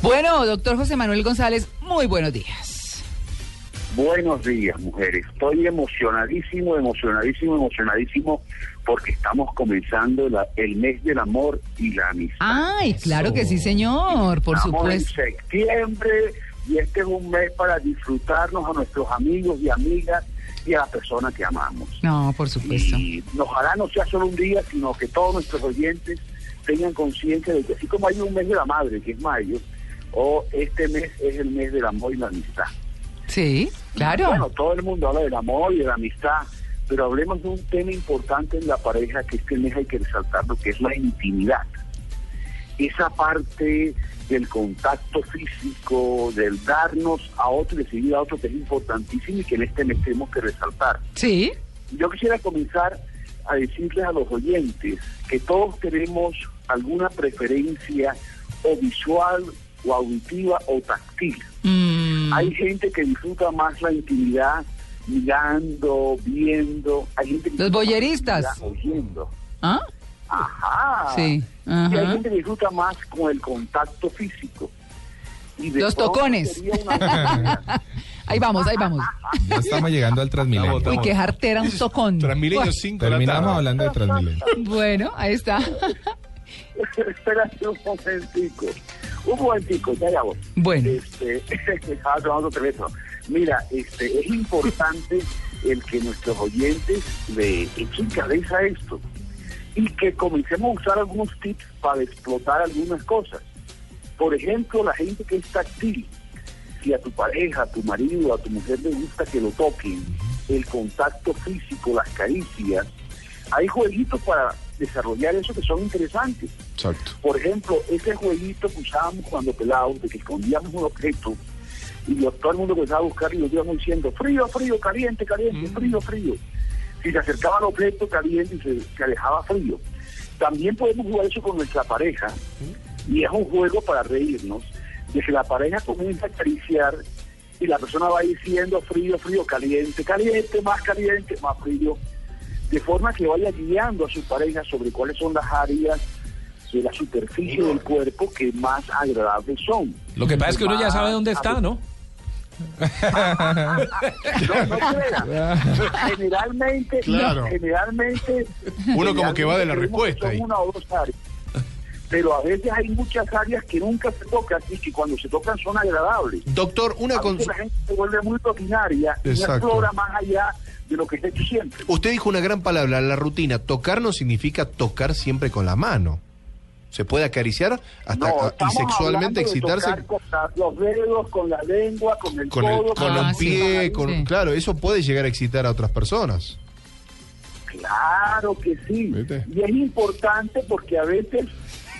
Bueno, doctor José Manuel González, muy buenos días. Buenos días, mujeres. Estoy emocionadísimo, emocionadísimo, emocionadísimo porque estamos comenzando la, el mes del amor y la amistad. Ay, claro Eso. que sí, señor, Ah, por estamos supuesto. En septiembre y este es un mes para disfrutarnos a nuestros amigos y amigas y a las personas que amamos. No, por supuesto. Y ojalá no sea solo un día, sino que todos nuestros oyentes tengan conciencia de que así como hay un mes de la madre, que es mayo, o este mes es el mes del amor y la amistad. Sí, claro. Y bueno, todo el mundo habla del amor y de la amistad, pero hablemos de un tema importante en la pareja que este mes hay que resaltar, lo que es la intimidad. Esa parte del contacto físico, del darnos a otro y recibir a otro, que es importantísimo y que en este mes tenemos que resaltar. Sí. Yo quisiera comenzar a decirles a los oyentes que todos tenemos alguna preferencia o visual o auditiva o táctil. Mm. Hay gente que disfruta más la intimidad mirando, viendo. Hay gente que Los boyeristas. Oyendo. ¿Ah? Ajá. Sí. Uh -huh. Y hay gente que disfruta más con el contacto físico. Y Los tocones. Una... ahí vamos, ahí vamos. Ya estamos llegando al Transmilenio. Uy, qué jartera, un tocón. Transmilenio 5. Terminamos hablando de Transmilenio. bueno, ahí está. Espérate un momentico. Un momentico, ya ya voy. Bueno. Este, estaba tomando teléfono. Mira, este, es importante el que nuestros oyentes le echen cabeza a esto y que comencemos a usar algunos tips para explotar algunas cosas. Por ejemplo, la gente que es táctil. Si a tu pareja, a tu marido, a tu mujer le gusta que lo toquen, el contacto físico, las caricias, hay jueguitos para desarrollar eso que son interesantes. Exacto. Por ejemplo, ese jueguito que usábamos cuando pelábamos, de que escondíamos un objeto y todo el mundo empezaba a buscar y nos íbamos diciendo frío, frío, caliente, caliente, mm. frío, frío. Si se acercaba al objeto caliente y se, se, alejaba frío. También podemos jugar eso con nuestra pareja mm. y es un juego para reírnos, de que la pareja comienza a acariciar y la persona va diciendo frío, frío, caliente, caliente, más caliente, más frío de forma que vaya guiando a su pareja sobre cuáles son las áreas de la superficie del cuerpo que más agradables son. Lo que pasa es que uno ya sabe dónde está, ¿no? no, no creas. Generalmente, claro. generalmente, uno como que va de la respuesta. Son una o dos áreas. Pero a veces hay muchas áreas que nunca se tocan y que cuando se tocan son agradables. Doctor, una consulta. La gente se vuelve muy rutinaria y no explora más allá de lo que se hecho siempre. Usted dijo una gran palabra, la rutina. Tocar no significa tocar siempre con la mano. Se puede acariciar hasta no, y de sexualmente excitarse. Tocar con la, los dedos, con la lengua, con el con codo, el, con ah, los pies, sí. con, sí. claro, eso puede llegar a excitar a otras personas. Claro que sí. ¿Viste? Y es importante porque a veces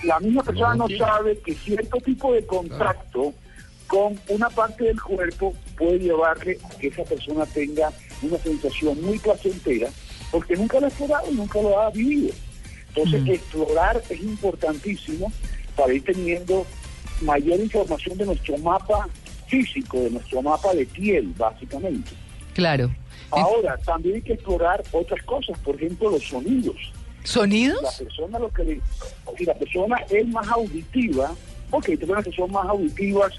la misma persona no, no sabe que cierto tipo de contacto claro. con una parte del cuerpo puede llevarle a que esa persona tenga una sensación muy placentera porque nunca lo ha explorado y nunca lo ha vivido. Entonces, mm. explorar es importantísimo para ir teniendo mayor información de nuestro mapa físico, de nuestro mapa de piel, básicamente. Claro. Ahora, es... también hay que explorar otras cosas, por ejemplo, los sonidos. ¿Sonidos? La persona, lo que le... si la persona es más auditiva, porque hay personas que son más auditivas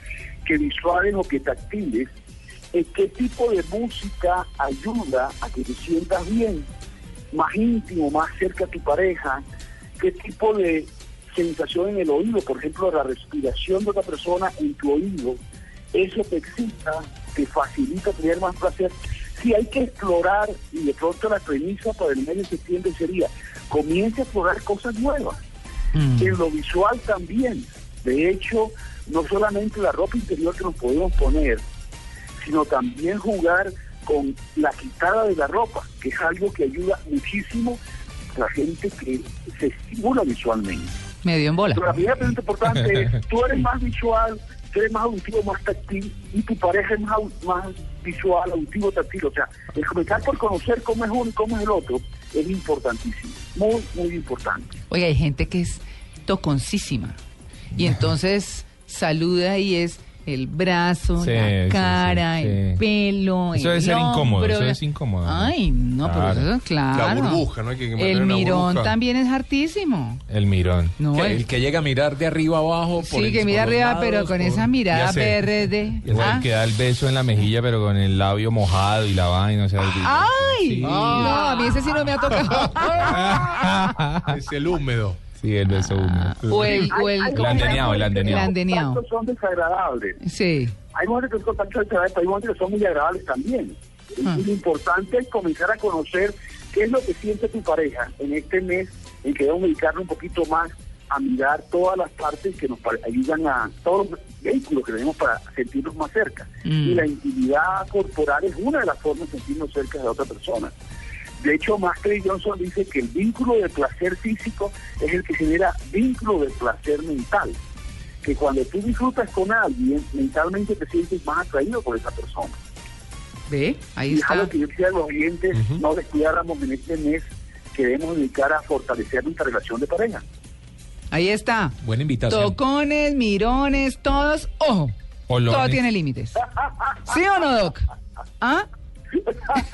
que visuales o que tactiles, qué tipo de música ayuda a que te sientas bien, más íntimo, más cerca a tu pareja, qué tipo de sensación en el oído, por ejemplo, la respiración de otra persona en tu oído, eso te excita, te facilita tener más placer. Si sí, hay que explorar, y de pronto la premisa para el mes de septiembre sería, comience a explorar cosas nuevas. Mm. En lo visual también. De hecho, no solamente la ropa interior que nos podemos poner, sino también jugar con la quitada de la ropa, que es algo que ayuda muchísimo a la gente que se estimula visualmente. Medio en bola. Pero la primera pregunta importante es, ¿tú eres más visual, tú eres más auditivo, más táctil, y tu pareja es más, au- más visual, auditivo, táctil. O sea, el comenzar por conocer cómo es uno y cómo es el otro es importantísimo, muy, muy importante. Oiga, hay gente que es toconcísima. Y entonces saluda y es el brazo, Sí, sí, la sí, cara, sí. el pelo. Eso el debe ser incómodo, eso hombro. es incómodo, ¿no? Ay, no, Claro. pero eso, claro. La burbuja, ¿no? Hay que mantener el una mirón burbuja. también es hartísimo. El mirón. No, Que- el- el que llega a mirar de arriba abajo. por sí, el- que por mira los arriba, lados, pero con por- esa mirada Ya sé. verde. O Ah. el que da el beso en la mejilla, pero con el labio mojado y la vaina. O sea, el- ¡Ay! Sí. No, a mí ese sí no me ha tocado. Es el húmedo. Sí, el beso húmedo. o el, o el, Hay- hay ¿cómo se landeneado, llama? el landeneado. Los contactos son desagradables. Sí. Hay mujeres que son contactos desagradables, pero hay mujeres que son muy agradables también. Es Ah. muy importante es comenzar a conocer qué es lo que siente tu pareja en este mes, en que debemos dedicarle un poquito más a mirar todas las partes que nos pare- ayudan a todos los vehículos que tenemos para sentirnos más cerca. Mm. Y la intimidad corporal es una de las formas de sentirnos cerca de la otra persona. De hecho, Master y Johnson dice que el vínculo de placer físico es el que genera vínculo de placer mental. Que cuando tú disfrutas con alguien, mentalmente te sientes más atraído por esa persona. ¿Ve? Ahí Y es algo está. que yo quisiera que los oyentes no descuidáramos en este mes que debemos dedicar a fortalecer nuestra relación de pareja. Ahí está. Buena invitación. Tocones, mirones, todos, ojo. Olones. Todo tiene límites. ¿Sí o no, Doc? ¿Ah?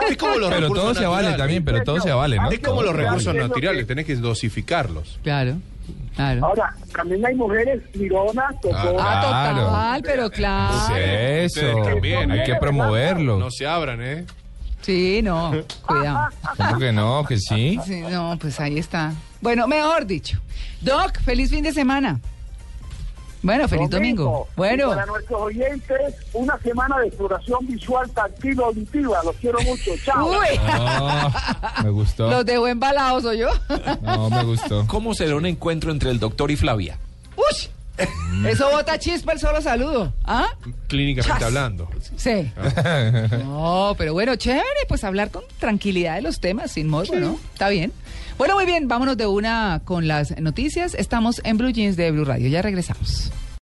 Es como los Pero recursos todo se vale naturales. también, pero todo se vale, ¿no? Es como los recursos Claro. naturales, tenés que dosificarlos. Claro, claro. Ahora, también hay mujeres mironas, toconas, Ah, Claro. total, pero claro. Pues Eso. Ustedes también, Hay ¿eh? que promoverlo. No se abran, ¿eh? Sí, no, cuidado. ¿Cómo que no? Que sí. Sí, no, pues ahí está. Bueno, mejor dicho. Doc, feliz fin de semana. Bueno, feliz domingo. Y Bueno, Para nuestros oyentes, una semana de exploración visual, táctil, auditiva. Los quiero mucho. Chao. uy, No, me gustó. los dejo embalados, soy yo. No, me gustó. ¿Cómo será un encuentro entre el doctor y Flavia? Ush, eso bota chispa el solo saludo. ¿Ah? Clínicamente Chas. hablando. Sí. No, pero bueno, chévere, pues hablar con tranquilidad de los temas, sin morbo, ¿no? Está bien. Bueno, muy bien, vámonos de una con las noticias. Estamos en Blue Jeans de Blue Radio. Ya regresamos.